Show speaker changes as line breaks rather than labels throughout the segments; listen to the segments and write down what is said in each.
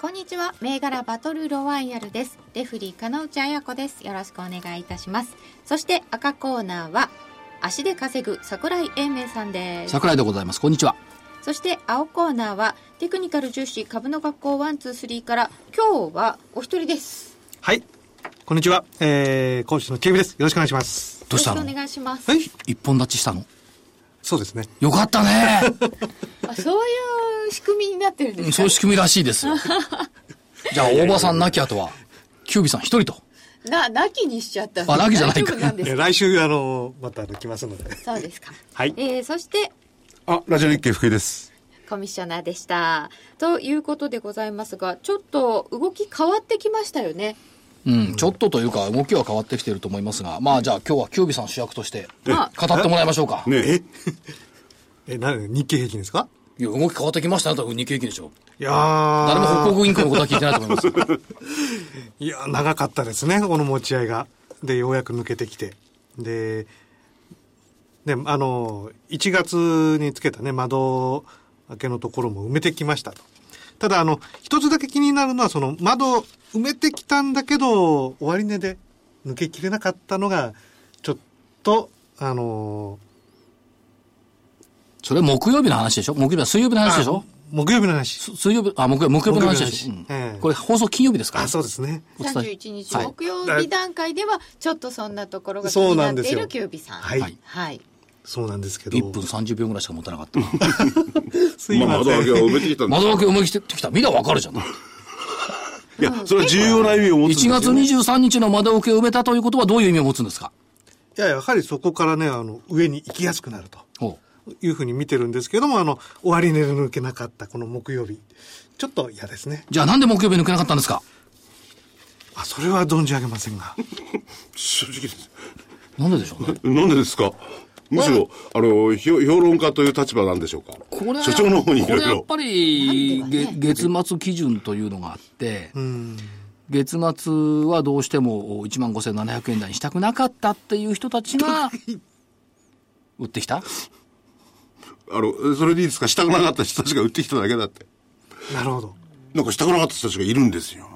こんにちは銘柄バトルロワイヤルですレフリー金内彩子ですよろしくお願いいたしますそして赤コーナーは足で稼ぐ桜井英明さんです
桜井でございますこんにちは
そして青コーナーはテクニカル重視株の学校123から今日はお一人です
はい。こんにちは。えー、講師のケイブです。よろしくお願いします。
どうした
よ
の
ろしくお願いします
はい。
一本立ちしたの
そうですね。
よかったね
あそういう仕組みになってるん
うん
です
そういう
か
仕組みらしいですよじゃあ大場さんなきあとはキュービさん一人と
ななきにしちゃった
あなきじゃないか
大丈夫んです
えー来週、あの、またあの来ますので。
そうですか
はい
えーそして
あ、ラジオ日経福井です。
コミッショナーでしたということでございますがちょっと動き変わってきましたよね
うん、ちょっとというか動きは変わってきていると思いますがまあじゃあ今日はキュービさん主役として語
ま
ってもらいましょうか、
ね え。
え、な日経平均ですか
いや動き変わってきましたねと日経平均でしょ
いやー。
誰も北国銀行のことは聞いてないと思います
いやー、長かったですね、この持ち合いが。で、ようやく抜けてきて。で、で、あの、1月につけたね、窓開けのところも埋めてきましたと。ただ、あの、一つだけ気になるのは、その、窓埋めてきたんだけど、終値で抜けきれなかったのが、ちょっと、あの
それ木曜日の話でしょ木曜日は水曜日の話でしょ
木曜日の話。
す水曜日あ木曜日木曜日の話でしょ、
木曜日の話
うん
ええ
これ放送金曜日ですか
あ、
ら
そうですね。
お伝え
31日
はい
木曜日段階ではちょっとそんなところが気
そう
に
な
なんって
です
いる
よ
キュービさん
はい
はい
はい
そうなんですけど。
1分30秒ぐらいしか持たなかったな
すい
まあ、
ま
窓
せ
開
ん。
けは埋めてきたん だ。
窓枠思い切ってきた見りゃ分か るじゃん1
いや、それは重要な意味を持つんですよ。
月23日の窓受けを埋めたということはどういう意味を持つんですか
いや、やはりそこからね、あの、上に行きやすくなると。
おう
いうふうに見てるんですけども、あの、終値で抜けなかったこの木曜日。ちょっと嫌ですね。
じゃあなんで木曜日抜けなかったんですか
あ、それは存じ上げませ んが。
正直です。
なんででしょうね
なんでですかむしろ、あの、評評論家という立場なんでしょうか
これは
所長の方にいろい
これやっ
ろ。
ぱり、
なんで
げ
かね
月末基準というのがあって、
うん。
月末はどうしても1万5700円台にしたくなかったっていう人たち が、売ってきた
あの、それでいいですかしたくなかった人たちが売ってきただけだって。
なるほど。
なんかしたくなかった人たちがいるんですよ。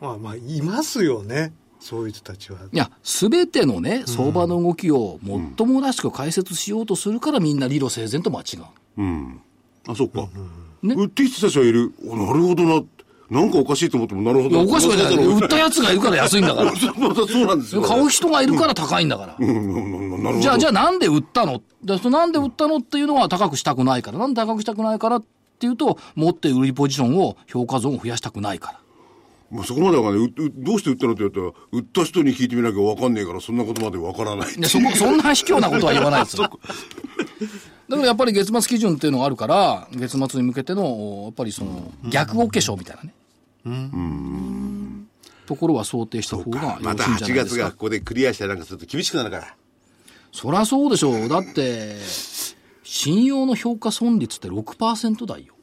まあまあ、いますよね。そういう人たちは。
いや、すべてのね、相場の動きをもっともらしく解説しようとするからみんな理路整然と間違う。
うん。あ、そっか。
ね
売ってきた人たちはいる。おなるほどな。なんかおかしいと思っても、なるほ
いや、
ど。
おかしくないじゃない売
ま
ったたやつがいるから安いんだから。
また そうなんですよ。
買う人がいるから高いんだから。
うんなるほど。
じゃあ、じゃあなんで売ったのでそのなんで売ったのっていうのは高くしたくないから。なんで高くしたくないからっていうと、持っている売りポジションを、評価損を増やしたくないから。
まあ、そこまではね、ううどうして売ったのって言ったら、売った人に聞いてみなきゃ分かんねえから、そんなことまで分からない。
いやそ こ、そんな卑怯なことは言わないですよ。だからやっぱり月末基準っていうのがあるから、月末に向けての、やっぱりその、逆お化粧みたいなね。ところは想定した方がよろ
また
しいんじゃ
8
ないです
月が
か
こ。こでクリアしたりなんかすると厳しくなるから。
そりゃそうでしょう。だって、信用の評価損率って6%台よ。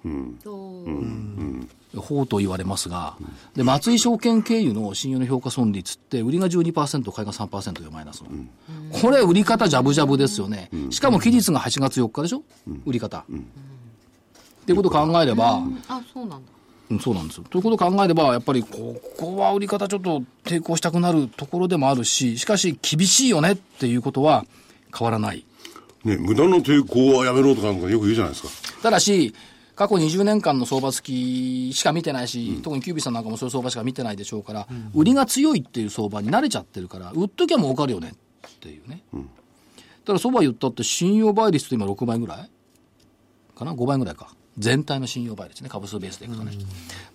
法と言われますが、で、松井証券経由の信用の評価損率って、売りが12%、買いが3%でマイナスの。これ、売り方ジャブジャブですよね。しかも期日が8月4日でしょ売り方。っていうことを考えれば、
あそうなんだ
うんそうなんですよ。ということを考えれば、やっぱりここは売り方ちょっと抵抗したくなるところでもあるし、しかし厳しいよねっていうことは変わらない。
ね、無駄な抵抗はやめろとかなんかよく言うじゃないですか。
ただし、過去20年間の相場付きしか見てないし、特にキュービーさんなんかもそういう相場しか見てないでしょうから、売りが強いっていう相場に慣れちゃってるから、売っときゃ儲かるよねっていうね。ただ、そば言ったって信用倍率って今6倍ぐらいかな ?5 倍ぐらいか。全体の信用倍率ね、株数ベースでいくとね。だか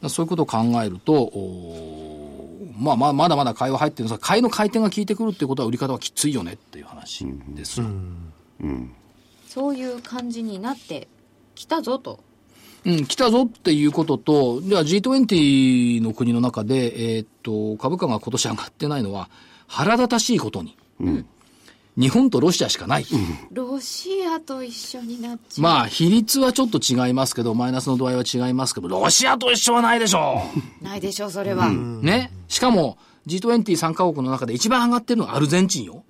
らそういうことを考えると、おーまあまあ、まだまだ買いは入ってるんですが、買いの回転が効いてくるっていうことは売り方はきついよねっていう話です。
そういう感じになってきたぞと
うん、来たぞっていうことと、では G20 の国の中で、えーっと、株価が今年上がってないのは、腹立たしいことに、日本とロシアしかない。
ロシアと一緒になっちゃう、
まあ、比率はちょっと違いますけど、マイナスの度合いは違いますけど、ロシアと一緒はないでしょ
ないでしょうそれは、
う。ね。しかも、G20 参加国の中で一番上がってるのはアルゼンチンよ。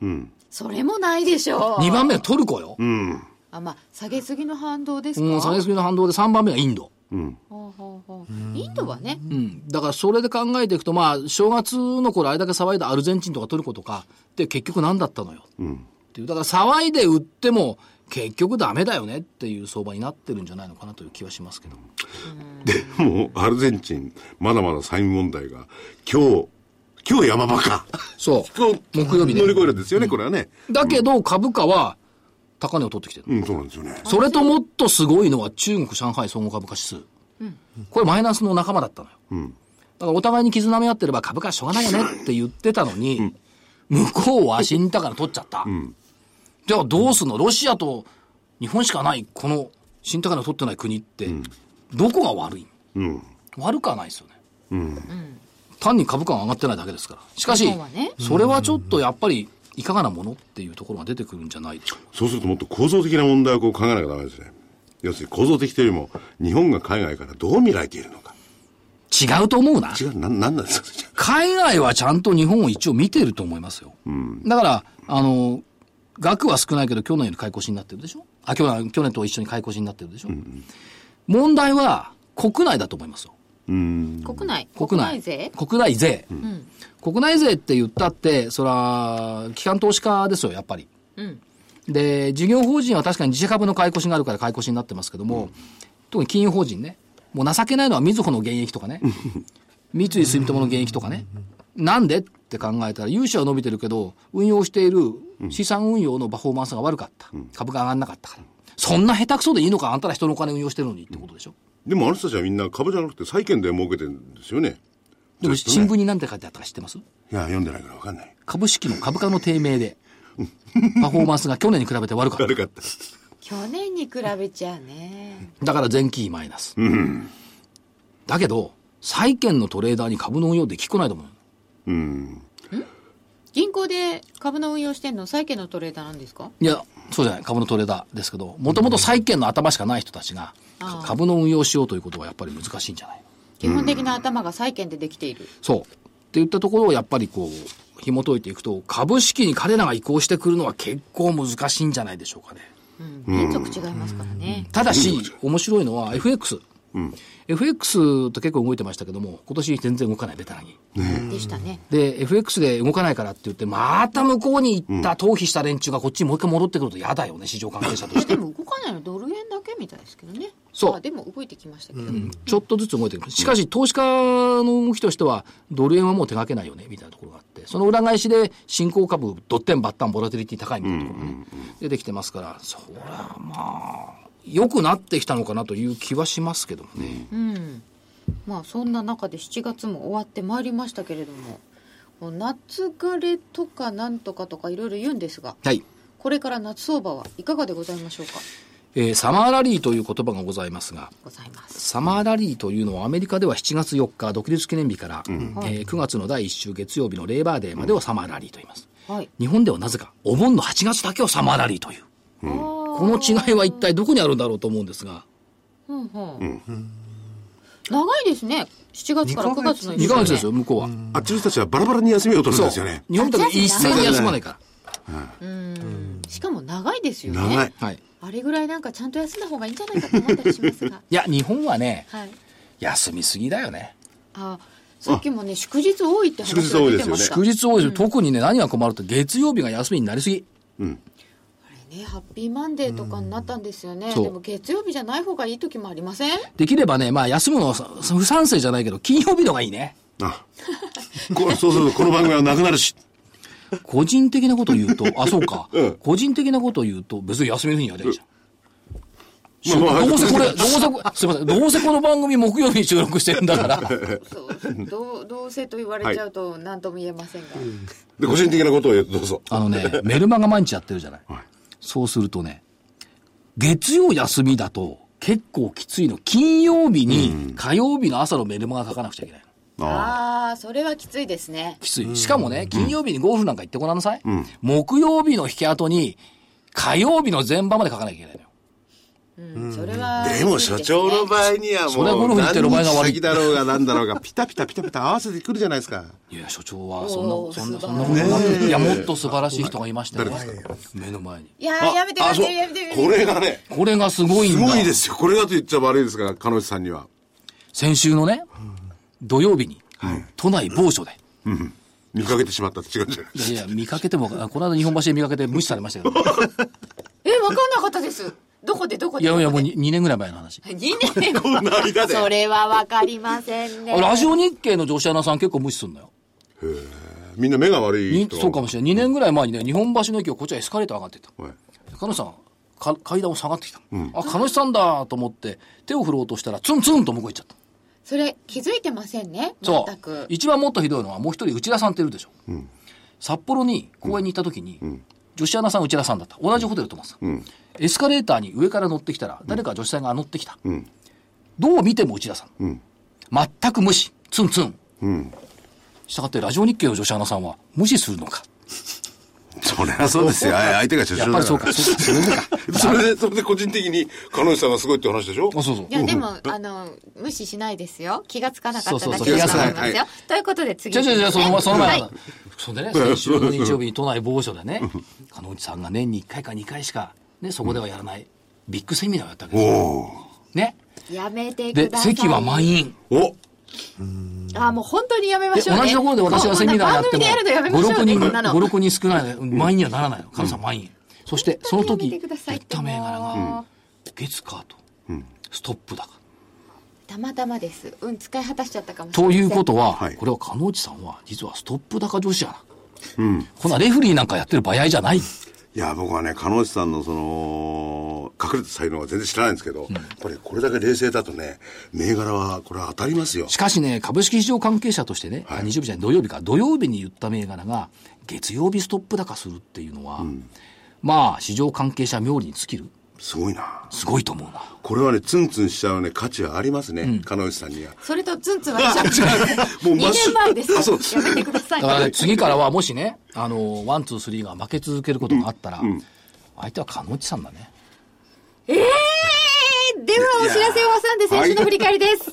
それもないでしょう
2番目はトルコよ。
うん。
あまあ下げすぎの反動ですか、
うん、下げすぎの反動で3番目はインド。
うん。
ほうほうほうインドはね、
うん、だからそれで考えていくと、まあ、正月の頃あれだけ騒いだアルゼンチンとかトルコとかって結局何だったのよっていう、だから騒いで売っても結局ダメだよねっていう相場になってるんじゃないのかなという気はしますけど。
でも、アルゼンチン、まだまだ債務問題が、今日、今日山場か。
そう。
今日、
木曜日ね
乗り越えるんですよね、これはね。
だけど株価は高値を取ってきてる。
うん、そうなんですよね。
それともっとすごいのは中国上海総合株価指数。これマイナスの仲間だったのよ。だからお互いに絆め合ってれば株価はしょうがないよねって言ってたのに、向こうは死んだから取っちゃった。ではどうすんのロシアと日本しかないこの新高値を取ってない国って、どこが悪い
うん。
悪くはないですよね。単に株価が上がってないだけですから。しかし、
日本はね
それはちょっとやっぱりいかがなものっていうところが出てくるんじゃないでしょうか。
そうするともっと構造的な問題をこう考えなきゃダメですね。要するに構造的というよりも、日本が海外からどう見られているのか。
違うと思うな。
違う、なん、なんなんですか、それじゃ
海外はちゃんと日本を一応見てると思いますよ。だから、あの、額は少ないけど、去年より買い越しになってるでしょあ、去年、去年と一緒に買い越しになってるでしょ、問題は、国内だと思いますよ。
国内
国内。
税
国内税。国内税って言ったって、そら、機関投資家ですよ、やっぱり。
うん
で、事業法人は確かに自社株の買い越しがあるから買い越しになってますけども、特に金融法人ね、もう情けないのはみずほの現役と かね、三井住友の現役とかね、なんでって考えたら、融資は伸びてるけど、運用している資産運用のパフォーマンスが悪かった。株が上がんなかったから。そんな下手くそでいいのか、あんたら人のお金運用してるのにってことでしょ。
でもあの人たちはみんな株じゃなくて債券で儲けてるんですよね。
でも
ずっとね
新聞に何て書いてあったか知ってます
いや、読んでないからわかんない。
株式の株価の低迷で、パフォーマンスが去年に比べて悪かっ
悪かった。
去年に比べちゃうね
た。だから前期比マイナス。だけど、債券のトレーダーに株の運用できっこないと思う。
うん。
銀行で株の運用してんの債券のトレーダーなんですか
いや、そうじゃない、株のトレーダーですけど、もともと債券の頭しかない人たちが、
ああ
株の運用しようということはやっぱり難しいんじゃない
基本的な頭が債券でできている、
そう。って言ったところをやっぱりこう、紐解いていくと、株式に彼らが移行してくるのは結構難しいんじゃないでしょうかね。
うん、民族違いますからね、
ただし、面白いのは FX。FX って結構動いてましたけども、今年全然動かない、ベタなに。
でしたね
で、FX で動かないからって言って、また向こうに行った、逃避した連中がこっちにもう一回戻ってくると嫌だよね、市場関係者と
いや
し
で
て。
も動かないのドル円だけみたいですけどね
そう
あでも動いてきましたけど、
ちょっとずつ動いてくる。しかし、投資家の動きとしては、ドル円はもう手がけないよね、みたいなところがあって、その裏返しで、新興株、ドッテンバッタン、ボラティリティ高いみたいなところがね、出てきてますから、そりゃまあ、良くなってきたのかなという気はしますけどもね。
うん、まあそんな中で7月も終わってまいりましたけれどももう夏枯れとかなんとかとかいろいろ言うんですが
はい。
これから夏相場はいかがでございましょうか
えーサマーラリーという言葉がございますが、
ございます
サマーラリーというのはアメリカでは7月4日独立記念日から、えー9月の第1週月曜日のレーバーデーまでをサマーラリーと言います。
はい、
日本ではなぜかお盆の8月だけをサマーラリーという。
あー
この違いは一体どこにあるんだろうと思うんですが、
うんうん長いですね7月から9月の
2ヶ月です
よ
よ、向こうは。
あっちの人たちはバラバラに休みを取るん
そう。
ですよね。
日本だけ一斉に休まないか
しかも長いですよね
長い。
ら。はい。
あれぐらいなんかちゃんと休んだ方がいいんじゃないかと思ったりします が
いや、日本はね、
はい
休みすぎだよね。
あさっきもね祝日多いって話
祝日多い
が出
で
て
すよ
ま
ね
した
休日多いですよ。特にね、何が困ると月曜日が休みになりすぎ。
あれねハッピーマンデーとかになったんですよね、
そう
でも月曜日じゃない方がいい時もありません
できればね、まあ休むのは不賛成じゃないけど、金曜日のがいいね。
あこそうするとこの番組はなくなるし。
個人的なこと言うと、あ、そうか。
うん
個人的なこと言うと、別に休みの日にやればいいじゃん。
まあまあ
どうせ これ、どうせこ、すいません、どうせこの番組木曜日に収録してるんだ から。
そうどうどうせと言われちゃうと何とも言えませんが、
で、個人的なことを言うとどうぞ。
あのね、メルマが毎日やってるじゃない。
はい
そうするとね、月曜休みだと、結構きついの。金曜日に火曜日の朝のメルマガ書かなくちゃいけないの。
ああ。
ああ、それはきついですね。
きつい。しかもね、金曜日にゴルフなんか行ってごらんなさい。木曜日の引き後に、火曜日の前場まで書かなきゃいけないのよ。
うん、それは。
でも所長の場合には
それはゴル
もう
フ行ってる
何
場合が
日
悪い
先だろうが何だろうがピタピタピタピタ合わせてくるじゃないですか。
いや、所長は、そん
おー
な、そんな、
素
そ
晴
ん
ら
な
し
ことな
い
くいや、もっと素晴らしい人がいましたよ。目の前に。
いやー、やめてく
あ
だ
そう
さい、やめてください。
これがね、
これがすごい
す
んだ。
ごいですよ。これだと言っちゃ悪いですから、彼女さんには。
先週のね、土曜日に、都内某所で、
うん。見かけてしまったって違うんじゃ ない
いやいや、見かけても、あこの間日本橋で見かけて無視されました けど、
え、わかんなかったです。どこでどこ
い
で。
やいや、もう 2, 年ぐらい前の話。
二年も。
この間で。
それはわかりませんね。
ラジオ日経の女子アナさん結構無視するんだよ。
みんな目が悪い
に
人。
そうかもしれない。2年ぐらい前にね、日本橋の駅をこっちはエスカレーター上がってった。
はい。
彼女さんか階段を下がってきた、あ彼女さんだと思って手を振ろうとしたらツンツンと向こう行っちゃった
それ気づいてませんね。
そ
全
う
く。
一番もっとひどいのはもう一人内田さんっているでしょ、札幌に公園に行った時に、女子アナさん内田さんだった同じホテル泊まってた、エスカレーターに上から乗ってきたら誰か女子さんが乗ってきた、
ん
どう見ても内田さん、
うん。
全く無視ツンツン
うん。
したがってラジオ日経の女子アナさんは無視するのか
そりゃそうで すよ。あ相手が所
や
長
っぱ
だ
りそう
か。
からそうかそうか
それで、それで個人的に彼女さんがすごいって話でしょ
あそうそう
いや、でも、あの、無視しないですよ。気がつかなかった
そう
だ
そう
け
そう
だと思い
気がつか
ま
な
す
い
よ。ということで次。
じゃじゃじゃその前、その前
はい。
そんでね、先週の日曜日に都内某所でね、加納内さんが年に1回か2回しか、ね、そこではやらない、ビッグセミナーをやったわけですよ。
おー
ね。
やめてく
で、
ださい。
席は満員。
お
あ、もう本当にやめま
で、
しょうね。
同じところで私はセミナーやっても、
こんな番組でやるのやめまし
5、6
ょうね、
人、
こんなの。
5、6人少ないので、満員にはならないの。加納さん満員。そして、その時、
やめ
言
てくださいっ
ってた銘柄
も
が
う、
月かと、ストップだか。
たまたまです。うん、使い果たしちゃったかもしれ
と
ま
い
せん。
うことは、
はい
これは加納内さんは、実はストップ高女子やな。こんなレフリーなんかやってる場合じゃない。
いや、僕はね、彼女さんのその、隠れた才能は全然知らないんですけど、やっぱりこれだけ冷静だとね、銘柄はこれは当たりますよ。
しかしね、株式市場関係者としてね、あ日曜日じゃない、土曜日か、土曜日に言った銘柄が、月曜日ストップ高するっていうのは、まあ、市場関係者冥利に尽きる。
すごいな。
すごいと思うな。
これはね、ツンツンしちゃうね、価値はありますね、彼女さんには。
それとツンツンはしちゃ った。
もう
2年前です
あ、そう。
やめてください。
だからね、次からはもしね、あの、ワン、ツー、スリーが負け続けることがあったら、相手は鹿野内さんだね。
ええー、ではお知らせを挟んで選手の振り返りです。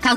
花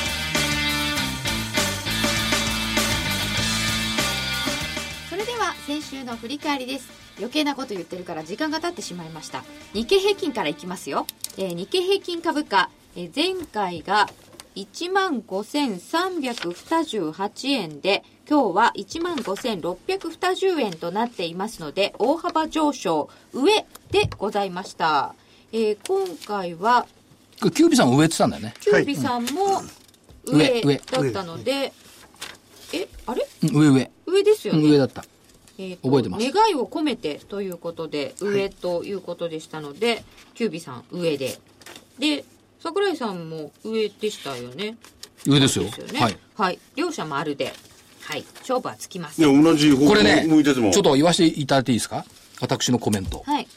それでは先週の振り返りです余計なこと言ってるから時間が経ってしまいました日経平均からいきますよ、えー日経平均株価、えー前回が1万5328円で今日は1万5620円となっていますので大幅上昇上でございました、えー今回は
これキュービーさんも上って言ってたんだよね。
キュービさんも
うん
上
上
だったので、え、あれ
うん上上。
上ですよ
うん
ね。
上だった。
えーと
覚えてます
願いを込めてということで、上ということでしたので、キュービさん上で。で、桜井さんも上でしたよね。
上ですよ。
ですよね。
はい。。
両者丸で。はい。勝負はつきま
い
せん。
や、同じ方
これ
向
ね、
向いてても。
ちょっと言わせていただいていいですか私のコメント。
はい。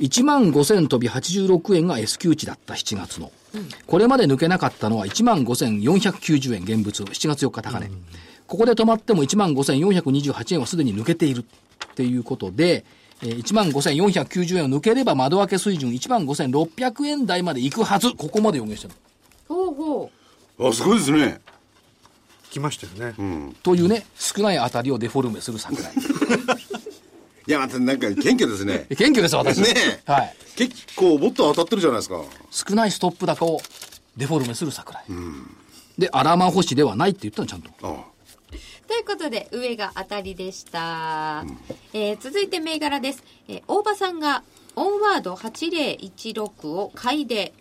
1万5000飛び86円が S q 値だった7月の。これまで抜けなかったのは1万5490円現物、7月4日高値。ここで止まっても1万5428円はすでに抜けているっていうことで、1万5490円を抜ければ窓開け水準1万5600円台まで行くはず。ここまで予言してる。
ほうほ
あ、すごいですね。
来ましたよね。
というね、少ない当たりをデフォルメする桜井。。
いや、またなんか謙虚ですね
謙虚です、私。
ねえ
はい。
結構、もっと当たってるじゃないですか。
少ないストップ高をデフォルメする桜井。で、アラマ星ではないって言ったの、ちゃんと。
あ
う。ということで、上が当たりでした。えー続いて銘柄です。えー大場さんが、オンワード8016を買いで、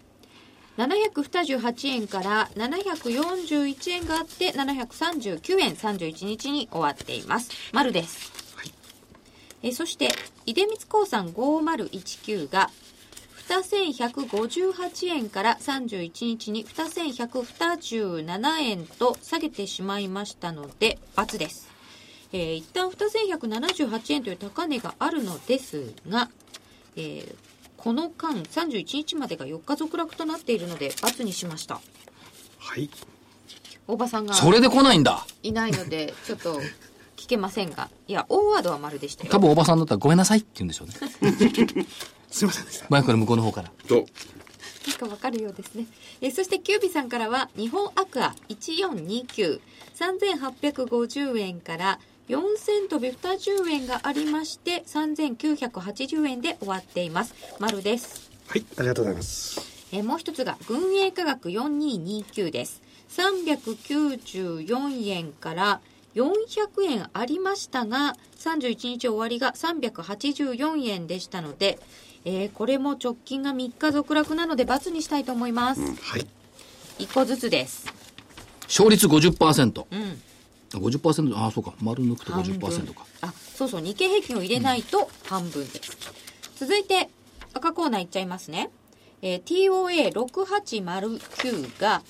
728円から741円があって739円31日に終わっています丸です、えーそして出光興産5019が2158円から31日に2127円と下げてしまいましたので×です、えー、一旦2178円という高値があるのですがえーこの間31日までが4日続落となっているので×にしました
はい。
大場さんが
それで来ないんだ。
いないのでちょっと聞けませんがいや大ワードは丸でした
多
よ
分おばさんだったらごめんなさいって言うんでしょうね。
すいませんでした。
マイクの向こうの方から。
あ。と、
なんかわかるようですねえーそしてキュービさんからは日本アクア14293850円から4000飛び20円がありまして3980円で終わっています丸です
はい、ありがとうございます。
えーもう一つが軍営科学4229です394円から400円ありましたが31日終わりが384円でしたので、えーこれも直近が3日続落なので×にしたいと思います、
はい。
1個ずつです
勝率50%。
うん
50%、ああ、そうか。丸抜くと
半分
50%か。
あそうそう日経平均を入れないと半分です、続いて赤コーナーいっちゃいますね、えー TOA6809 が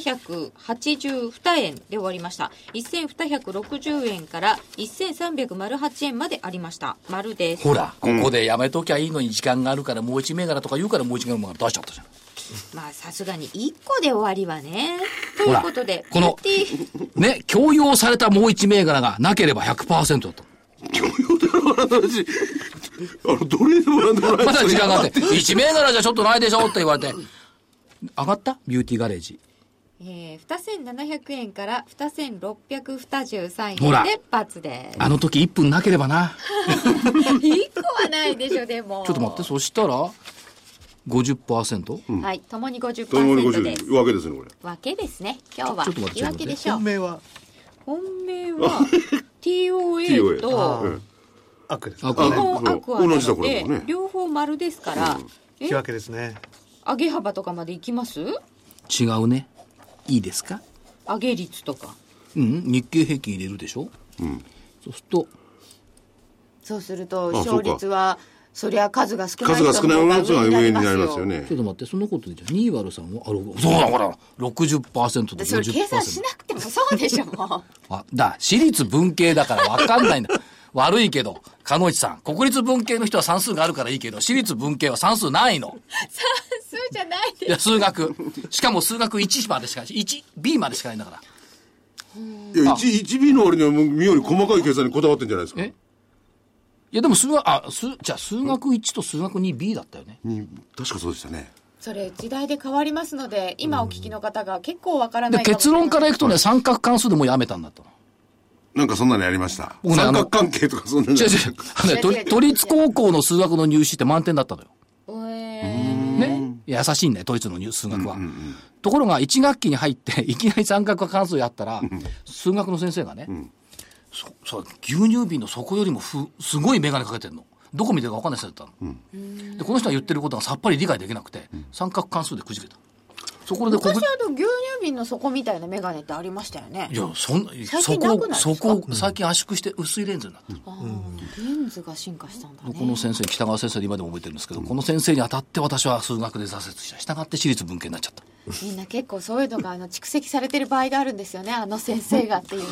1282円で終わりました1260円から1308円までありました丸です
ほら、ここでやめときゃいいのに時間があるから、もう一銘柄とか言うから、もう一銘柄出しちゃったじゃん。
まあさすがに1個で終わりはねと
ほ
いう
ら
ことで
この
T
ね、強要されたもう一銘柄がなければ100%だと。
あの、どれでもなんでもない
まだ時間があって、一銘柄じゃちょっとないでしょって言われて。上がったビューティーガレージ。
えー、2700円から2623円
ほら
で×です。
あの時1分なければな。
1個はないでしょ、でも。
ちょっと待って、そしたら、50%?
はい、ともに
とにかく
50%です。
50わけですね、これ。
わけですね。今日は
ちょっと待っ。て
言い訳でしょう
本。命は
本命 は TOA と
TOA
悪です。
あ
引
こ
日
れ
本アクアな
同じだ
の
これ
で
もね、
両方丸ですから、え
き分けですね。
上げ幅とかまでいきます
違うね。いいですか
上げ率とか。
うん、日経平均入れるでしょそうすると、
そうすると、
あ
勝率は、そりゃ数が少ない
数が少ないものが上になりますよ。ね
ちょ。っと待って、そんなことでじゃ2割る3は、あ、ろそうだ、ほら、60%と50%。
それ計算しなくてもそうでしょ、もう。
あ、だ、私立文系だから分かん ないんだ。悪いけど、鹿野内さん、国立文系の人は算数があるからいいけど、私立文系は算数ないの。
数じゃない
いや、数学。しかも数学1までしか、1、B までしかないんだから。
いや、1、1B の割にはもう妙に細かい計算にこだわってんじゃないですか。
えいや、でも数学、あ、数、じゃあ数学1と数学 2B だったよね。
に確かそうでしたね。
それ時代で変わりますので今お聞きの方が結構わから
で、
ないかもし
結
れない
論からいくとね、三角関数でもうやめたんだと。
なんかそんなのやりました。
僕ねあ
三
の
角関係とかそんなの
違う違う。あのね都
違う違う違う
都立高校の数学の入試って満点だったのよ。
え
ね。優しいんだよ、都立の入数学は。ところが、1学期に入って、いきなり三角関数やったら、数学の先生がね、そ、そう、牛乳瓶の底よりもふ、すごい眼鏡かけてんの。どこ見てるか分かんない人だったの。で、この人が言ってることがさっぱり理解できなくて、三角関数でくじけた。そこで
ー、
国
昔あの牛乳瓶の底みたいな眼鏡ってありましたよね
いや、そんな、
近
そ
なくない
こ、
です
そ
か
こ、最近圧縮して薄いレンズになってる。
あーレンズが進化したんだね
この先生、北川先生で今でも覚えてるんですけど、この先生に当たって私は数学で挫折した。したがって私立文系になっちゃった。
みんな結構そういうのがあの蓄積されてる場合があるんですよねあの先生がっていうね。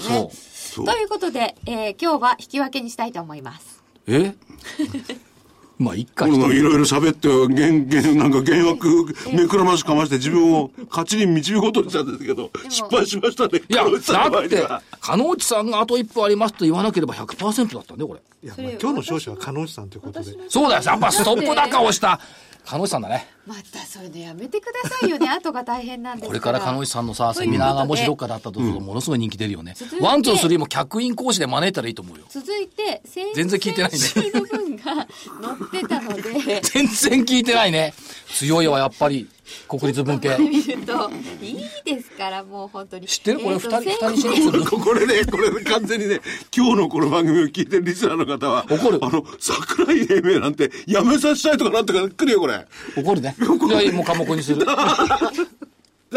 う
ということで、えー今日は引き分けにしたいと思います。
え まあ、一回
俺もいろいろ喋って、言言なんか幻惑、目くらましかまして自分を勝ちに導こうとしたんですけど、失敗しましたね。
いや、
彼女さんの
だっ
前で
て
は、
鹿之内さんがあと一歩ありますと言わなければ100%だったんだよ、これ。
いや、
そ
まあ
れ
今日の勝者は鹿野内さんということで。
そうだよ、やっぱストップ高をした鹿之内さんだね。
またそれでやめてください よね。後が大変なんです
これから鹿之内さんのさ、
と
セ
いうことで
ミナーがもしどっかだったとすると、ものすごい人気出るよね
続い。て
ワン、ツー、スリーも客員講師で招いたらいいと思うよ。
続いて、先
全然聞いてないね、
先週の分が載ってたので
全然聞いてないね。強いわ、やっぱり。国立文系。
見ると、いいですから、もう本当に。
知ってるこれ
え
二
ー
人、
と
二人
先
進出する。
これね、これね、完全にね、今日のこの番組を聞いてるリスナーの方は、
怒る
あの、桜井英明なんて、やめさせたいとかなんとか来るよ、これ。
怒るね。いやいや、もう科目にする。
は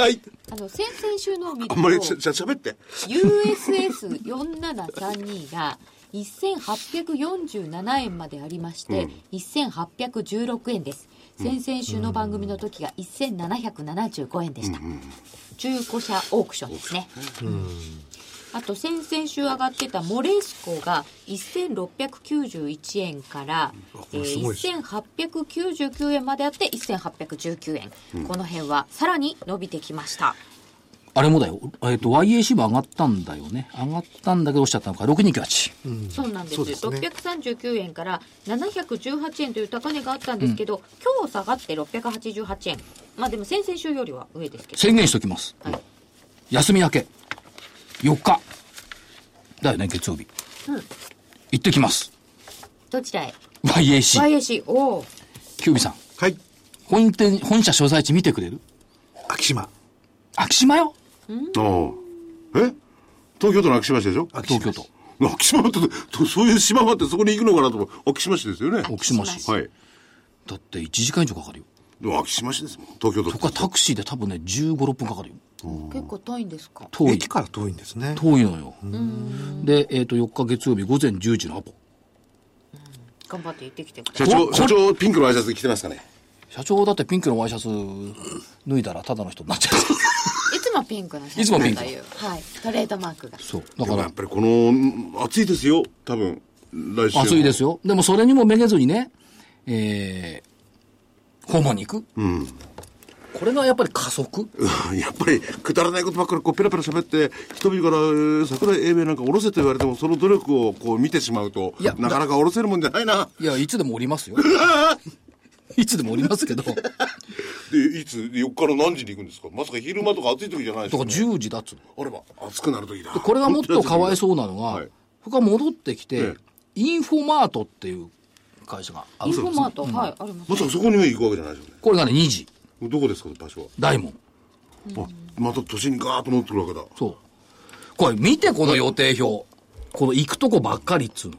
い。
あの、先々週のを見る
あ
と、
んまりしゃ、しゃ、喋って。
USS4732 が1847円までありまして、1816円です先々週の番組の時が1775円でした、中古車オークションですね、あと先々週上がってたモレスコが1691円から、え
れすごいです
ー、1899円まであって1819円、この辺はさらに伸びてきました
あれもだよ。えっと、YAC も上がったんだよね。上がったんだけど、おっしちゃったのか。6298。
そうなんです
そうですね
639円から718円という高値があったんですけど、今日下がって688円まあでも先々週よりは上ですけど
宣言しときます。
はい
休み明け。4日。だよね、月曜日。行ってきます。
どちらへ
YAC。
YAC おお
キュービさん。
はい。
本店、本社所在地見てくれる
秋島。
昭島よ。
ああ。え東京都の昭島市でしょ
秋
東京都。
昭島って、とそういう島があってそこに行くのかなと思う。昭島市ですよね。
昭島市
はい。
だって1時間以上かかるよ。
でも昭島市ですもん。東京都
そこはタクシーで多分ね、15、6分かかるよ。
結構遠いんですか
遠い
駅。から遠いんですね。
遠いのよ。で、えっ、と、4日月曜日午前10時のアポ。
頑張って行ってきてくださ
社
い
こ
長、社長、ピンクのワイシャツ着てますかね
社長だってピンクのワイシャツ脱いだらただの人になっちゃう。
いつもピンクの写
いつもピン
真
ク
という、はい、トレードマークが
そう。だ
で
か
もや
ら
っ、ぱりこの、暑いですよ、多分。来週。
暑いですよ。でもそれにもめげずにね、えー、訪問に行く。これがやっぱり加速。
うん やっぱりくだらないことばっかりこうペラペラ喋って人々からえー「桜井英明なんか下ろせ」と言われてもその努力をこう見てしまうと
いや
なかなか下ろせるもんじゃないない
や、いつでも降り ますよ。いつでも降りますけど。だか
でいつ4日の何時に行くんですかまさか昼間とか暑い時じゃないです
ら10時だっつうの
あれば暑くなる時だ
これがもっとかわいそうなのが、
はい
僕は戻ってきて、
ええ
インフォマートっていう会社があ
イ
る
ンフォマート、はいあります
まさかそこにも行くわけじゃないですよ
これがね2時
ねどこですか場所は
大門
あまた都心にガーッと乗ってくるわけだ
そうこれ見てこの予定表この行くとこばっかりっつうの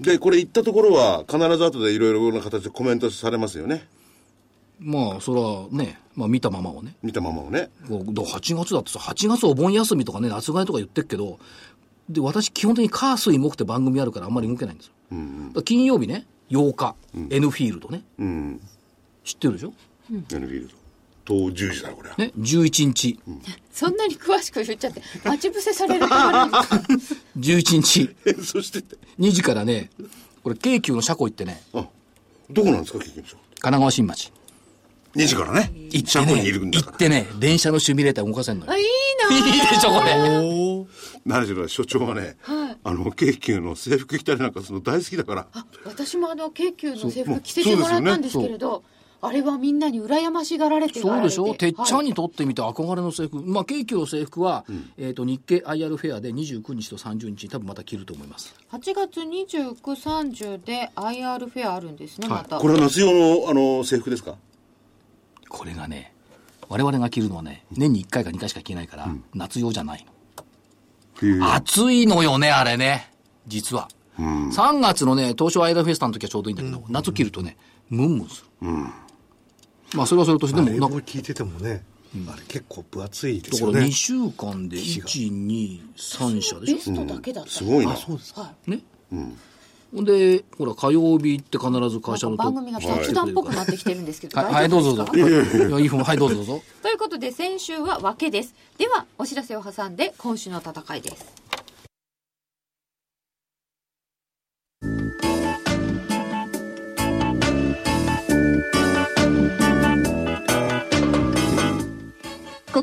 でこれ行ったところは必ず後でいろいろな形でコメントされますよね
まあそれはね、まあ、見たままをね
見たままをね
こうだから8月だってさ8月お盆休みとかね夏替えとか言ってるけどで私基本的に火水木って番組あるからあんまり動けないんですよ、だから金曜日ね8日、N フィールドね
うん
知ってるでしょ
ヤヌフィールドと10時だこれは
ね11日、
そんなに詳しく言っちゃって待ち伏せされると困るんです
11日
そしてって
2時からね、これ、京急の車庫行ってね、
あどこなんですか聞きましょう
神奈川新町。
2時からね
行って
車庫
ね、
にいるんだ
行
か
っ
ら
てね、電車のシミュレーター動かせんの よ。
あいいない
いでしょ、これ。
何しろ所長はね、あの京急の制服着たりなんかするの大好きだから
私もあの京急の制服着せてもらったんですけれど、あれはみんなに羨ましがられて
そうでしょてっちゃん
に、
にとってみて憧れの制服。まあ、京急の制服は、えっと、日経 IR フェアで29日と30日に多分また着ると思います。
はい、8月29、30で IR フェアあるんですね、また。
これは夏用のあの制服ですか
これがね、我々が着るのはね、年に1回か2回しか着ないから、夏用じゃないの。暑いのよね、あれね。実は。3月のね、東証アイラフェスタの時はちょうどいいんだけど、夏着るとね、ムンムンする。まあ、それはそれとして、でも、
冷
な
房
んか、
聞いててもね。あれ結構分厚いで
だ
す
か
よ
ら
ね
2週間で123社でしょ
ベストだけだった
すごいな。
そうですか
ね。ほんで、ほら、火曜日って必ず
な
会
ん
社
か
の
番組が雑談っぽくなってきてるんですけど、
はい、はい、どうぞどう
大丈
ぞ。
夫ですか
いや、いい本、はい、どうぞどうぞ。
ということで先週は分けですではお知らせを挟んで今週の戦いです
こ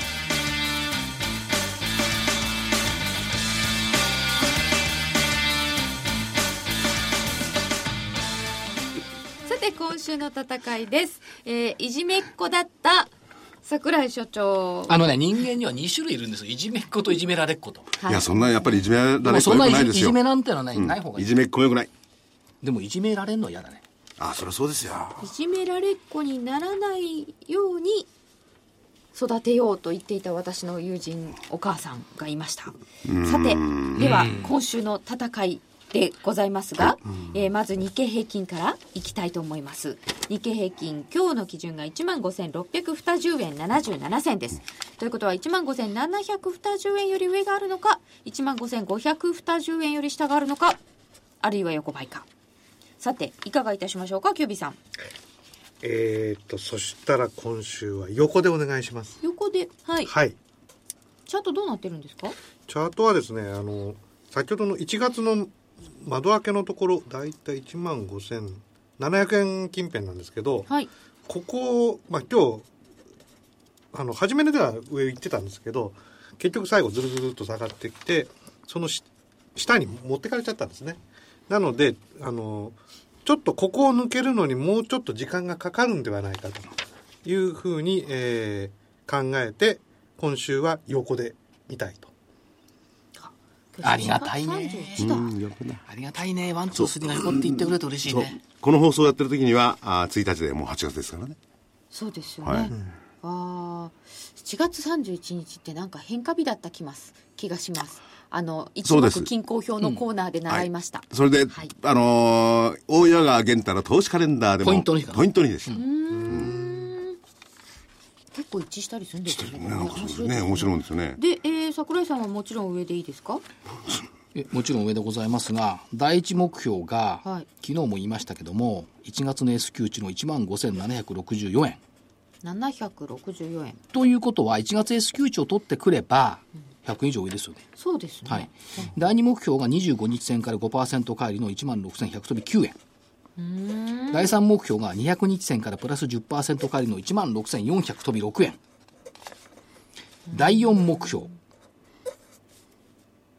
さて今週の戦いです、えーいじめっ子だった桜井所長
あのね、人間には2種類いるんですよ。いじめっ子といじめられっ子と。
はい
いや、そんな、やっぱりいじめられっ
で
子
も
よ
そ
く
んない
ないで
じい
すよ。
じめなんてのはない,、ない方が
うん
い
い
い。
じめっ子よくない。
でもいじめられんのは嫌だね。
あ、そりゃそうですよ。
いじめられっ子にならないように育てようと言っていた私の友人お母さんがいましたさてでは今週の戦いでございますが、えーまず日経平均からいきたいと思います日経平均今日の基準が1万5620円77銭ですということは1万5720円より上があるのか1万5520円より下があるのかあるいは横ばいかさていかがいたしましょうかキュービーさん
えーっとそしたら今週は横でお願いします
横で、はい、
はい
ちゃんとどうなってるんですか。
チャートはですねあの先ほどの1月の窓開けのところだいたい1万5700円近辺なんですけど、
はい、
ここ、まあ、今日あの初めでは上行ってたんですけど結局最後ずるずるっと下がってきてそのし下に持ってかれちゃったんですねなのであのちょっとここを抜けるのにもうちょっと時間がかかるんではないかというふうに、えー考えて今週は横で見たいと
ありがたいね
31だ
うん、やっぱりな
ありがたいね。ワン、ツー、スリーが横って言ってくれて嬉しい
そう
ね。
この放送やってる時には、あ1日でもう8月ですからね。
そうですよね。
はい
ああ、7月31日ってなんか変化日だったきます気がします。あの一
そう
目
です
均衡表のコーナーで習いました。
それで、
はい
あのー大岩川源太の投資カレンダーでも、
ポイントの日かな
ポイントの日でした。
結構一致したりするんですよね。
なんかそうですね、面白いもんですよね。
で、えー、桜井さんはもちろん上でいいですか。
えもちろん上でございますが、第一目標が、
はい
昨日も言いましたけども、1月の S q 値の1万5764円。
764円。
ということは、1月 S q 値を取ってくれば、100円以上上ですよね。
そうですね。
はい、第2目標が25日線から5%返りの1万6100飛び9円第3目標が200日線からプラス10%返りの1万6400飛び6円第4目標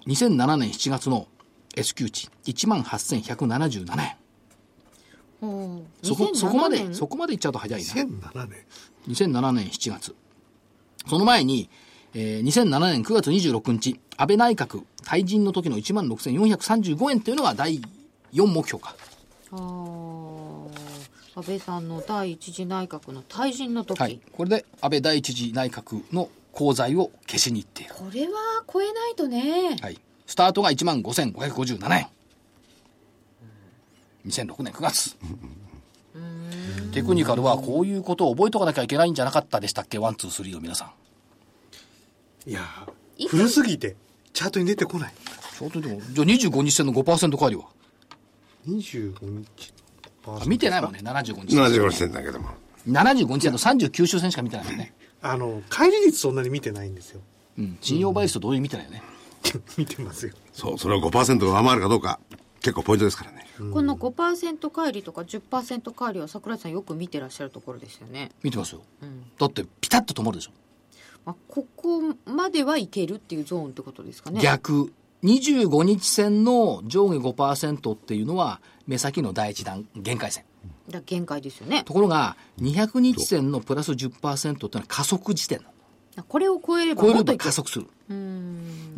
2007年7月の S q 値1万8177円
うん。
そこ
2007
そこまで
年
そこまでいっちゃうと早いな
2007年
2007年7月。その前に、えー2007年9月26日、安倍内閣退陣の時の16,435円というのが第4目標か。
あー安倍さんの第一次内閣の退陣の時、
はい。これで安倍第一次内閣の功罪を消しに行っている。
これは超えないとね、
はい。スタートが15,557円。2006年9月。テクニカルはこういうことを覚えとかなきゃいけないんじゃなかったでしたっけワン、ツー、スリーの皆さん。
いや
い
ー古すぎてチャートに出てこない
ちょっとでも、じゃあ25日線の5%返りは。
25日
あ見てないもんね、75日。
75日線だけども。
75日だと39周戦しか見てないよね。
あの、帰り率そんなに見てないんですよ。
うん。信用倍率と同時に見てないよね。
見てますよ。
そう、それを5%が上回るかどうか、結構ポイントですからね。
この5%乖離とか10%乖離は桜井さんよく見てらっしゃるところですよね、
見てますよ、だってピタッと止まるでしょ
まあ、ここまではいけるっていうゾーンってことですかね
逆25日線の上下5%っていうのは目先の第一段限界線
だ限界ですよね
ところが200日線のプラス10%っていうのは加速時点なの
これを超えれば
超え
も
る
っと
と
いけ
加
る
速するで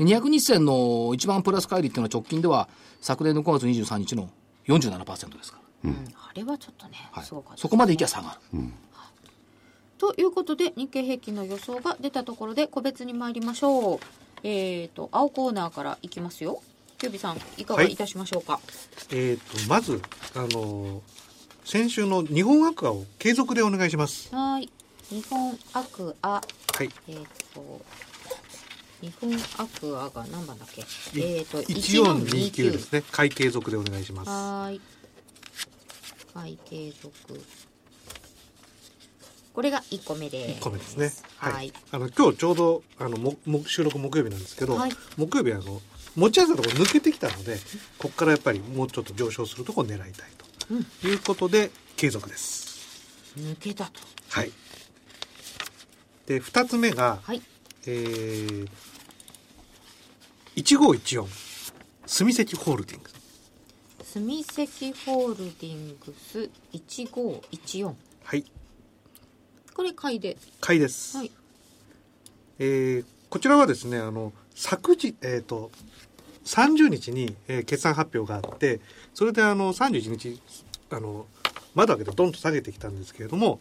200日線の一番プラス乖離っていうのは直近では昨年の5月23日の47%ですから、
うんあれはちょっとね、
はい、
す
そ
ごかった
こまでいきゃ下がる、
ということで日経平均の予想が出たところで個別に参りましょうえっ、と青コーナーからいきますよキュービさんいかが
はい
いたしましょうか、
えっ、と、まず、あのー先週の日本アクアを継続でお願いします。
はーい。日本アクア、
はい。
えっ、と、日本アクアが何番だっけえっ、と、
1429です
ね。
ね。会継続でお願いします。
はーい。はい、継続。これが1個目です。
1個目ですね。
は
はいい。。あの、今日ちょうど、あの、も、も収録木曜日なんですけど、
はい
木曜日はあの、持ち合わせたところ抜けてきたので、ここからやっぱりもうちょっと上昇するところを狙いたい
うん
ということで、継続です。
抜けたと。
はい。で、2つ目が、
はい。
えー、1514住関ホールディングス
住関ホールディングス1514。
はい
これ買いで。
買いです、
はい。
えーこちらはですねあの昨日えっ、と30日に、えー決算発表があってそれであの31日あの窓開けてドンと下げてきたんですけれども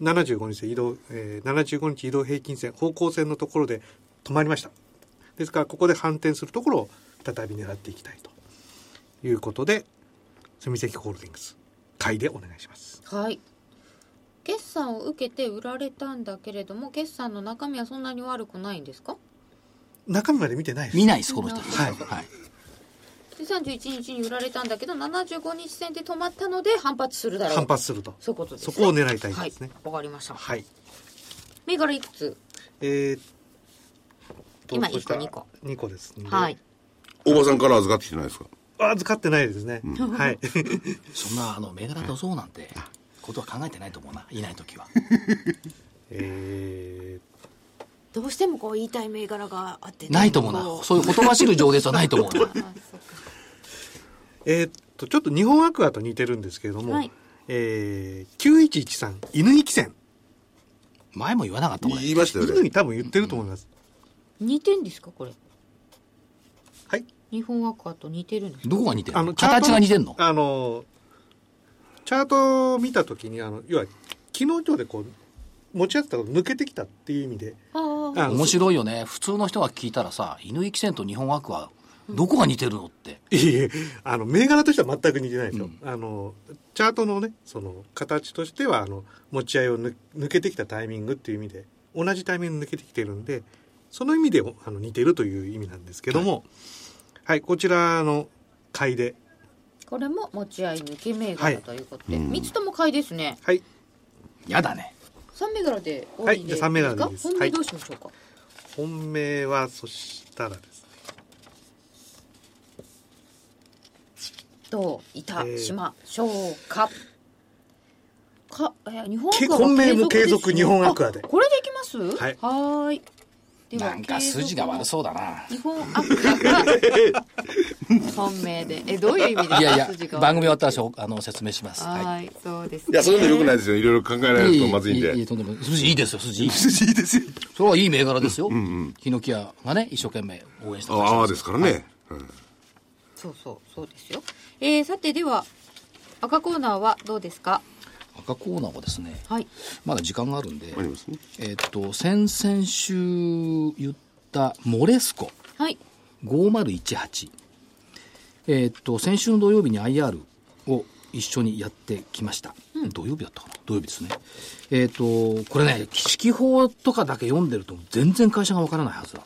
75日移動、えー75日移動平均線方向線のところで止まりましたですからここで反転するところを再び狙っていきたいということで住関ホールディングス買いでお願いします
はい。決算を受けて売られたんだけれども、決算の中身はそんなに悪くないんですか
中身まで見てないです
見ないですこの人
はい
はい、
で31日に売られたんだけど75日線で止まったので反発するだろう
反発すると
そういうことです、
そ
ね、
こを狙いたいですね
はいわかりました
はい、
銘柄いくつ
えーっと
今
そしたら
一個
二個ですね
はい
大場さんから預かってきてないですか
預かってないですね、はい
そんなあの銘柄とそうなんてことは考えてないと思うないない時は
えー
どうしてもこう言いたい銘柄があって
ないと思うなそういうほとばしる情熱はないと思うな
えーっとちょっと日本アクアと似てるんですけれども、
はい
えー、9113犬行き線
前も言わなかったこれ
言いましたよ
犬
ね
に。多分言ってると思います、
似てんですかこれ
はい
日本アクアと似てるんですか
どこが似てる
あ
の
の
形が似てんの
あのチャートを見た時にあの要は昨日今日でこう持ち合ってたこと抜けてきたっていう意味で
あー
あの
面白いよね普通の人が聞いたらさ「犬行き線と日本アクアどこが似てるの?」って
いえいえ、あの、銘柄としては全く似てないですよ。あの、チャートのね、その、形としては、あの、持ち合いを抜抜けてきたタイミングっていう意味で、同じタイミングで抜けてきてるんで、その意味であの似てるという意味なんですけども、はい、こちらの買いで、
これも持ち合い抜け銘
は
柄
い
ということで、三つとも買いですね
はい、
やだね
三銘柄で多
はいじゃあ三銘柄でいいです
か本
は
命
い
どうしましょうか、
本命は、そしたらですね、
どういた
えー
しましょうか、か、えー日本
け
アクア
本命も継続
ですね
日本アクアで
あこれでいきますはいーいでは
なんか筋が悪そうだな
継続の日本アクアが本命でえどういう意味ですか
いやいや
筋が
番
悪
組
い
終わったらしょあの説明します
はーい
は
そうです
いや、そういうの良くないいですよ。いろいろ考えられるとまずいん
いい
で。
とんでもない筋いいですよ筋いい
筋いいですよ。
それはいい銘柄ですよヒノキ屋がね一生懸命応援した
あ泡ですからね。うん
そうそうそうですよえー、さてでは赤コーナーはどうですか
赤コーナーはですね
はい
まだ時間があるんで
ありますね。
えっと先々週言ったモレスコ
はい
5018えーっと先週の土曜日に IR を一緒にやってきました、土曜日だったかな土曜日ですねえーっ、とこれね四季法とかだけ読んでると全然会社がわからないはずだ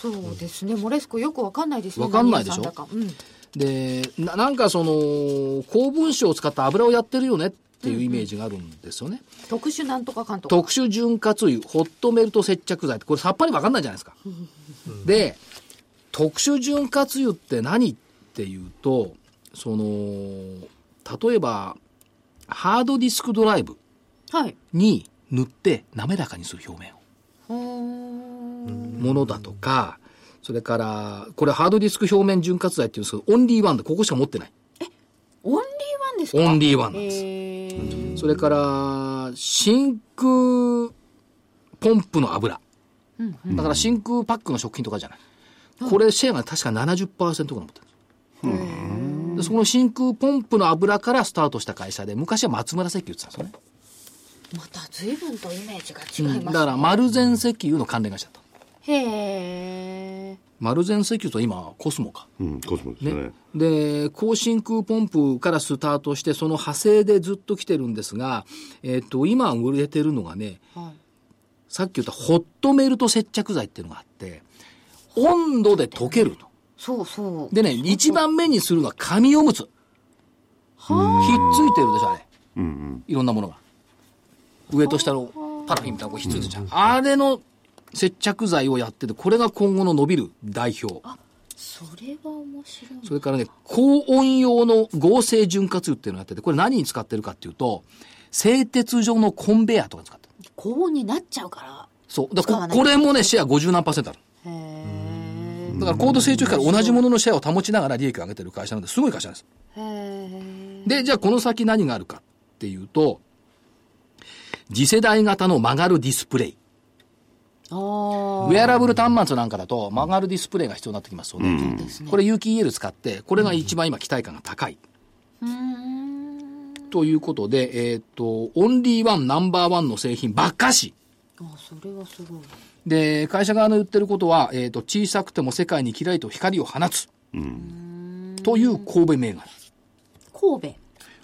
そうですねモレスコよくわかんないですね
わかんないでしょ
何屋さんだかうん
でななんかその公文書を使った油をやってるよねっていうイメージがあるんですよね、
特殊なんとかかんとか
特殊潤滑油ホットメルト接着剤ってこれさっぱりわかんないじゃないですか、で特殊潤滑油って何っていうと、その、例えば、ハードディスクドライブ
はい。
に塗って滑らかにする表面を。
ほーん。
ものだとか、それから、これハードディスク表面潤滑剤っていうんですけど、オンリーワンでここしか持ってない。
オンリーワンですか
オンリーワンなんです。
へー
それから、真空ポンプの油。だから真空パックの食品とかじゃない。これシェアが確か70%ぐらい持ってるんですでその真空ポンプの油からスタートした会社で、昔は松村石油って言ってたんですよね。
また随分とイメージが違います、ね
だから、丸善石油の関連会社だった。
へえ。
丸善石油と今、コスモか。
うん、コスモですね
ね、で高真空ポンプからスタートしてその派生でずっと来てるんですが、えっと今売れてるのがね
は
さっき言ったホットメルト接着剤っていうのがあって温度で溶けると
そうそう。
でね一番目にするのは紙おむつひっついてるでしょあれ、いろんなものが上と下のパラフィンみたいなのがひっついてるじゃん、あれの接着剤をやっててこれが今後の伸びる代表
それは面白い。
それからね、高温用の合成潤滑油っていうのをやってて、これ何に使ってるかっていうと、製鉄上のコンベヤーとかに使ってる。
高温になっちゃうから
そう。だか
使わ
ら
な
こ
い
これもね、シェア50何パーセントある。
へえ。
だから高度成長期から同じもののシェアを保ちながら利益を上げてる会社なんで、すごい会社なんです。
へえ。
で、じゃあこの先何があるかっていうと、次世代型の曲がるディスプレイ。
あ
ウ
あ。
ェアラブル端末なんかだと曲がるディスプレイが必要になってきますよね。これ有機 EL 使って、これが一番今期待感が高い。
うーん。
ということで、えっ、と、オンリーワンナンバーワンの製品ばっかし。
あ、それはすごい。
で、会社側の言ってることは、えっ、と、小さくても世界にキラリと光を放つ。という神戸銘柄。
神戸。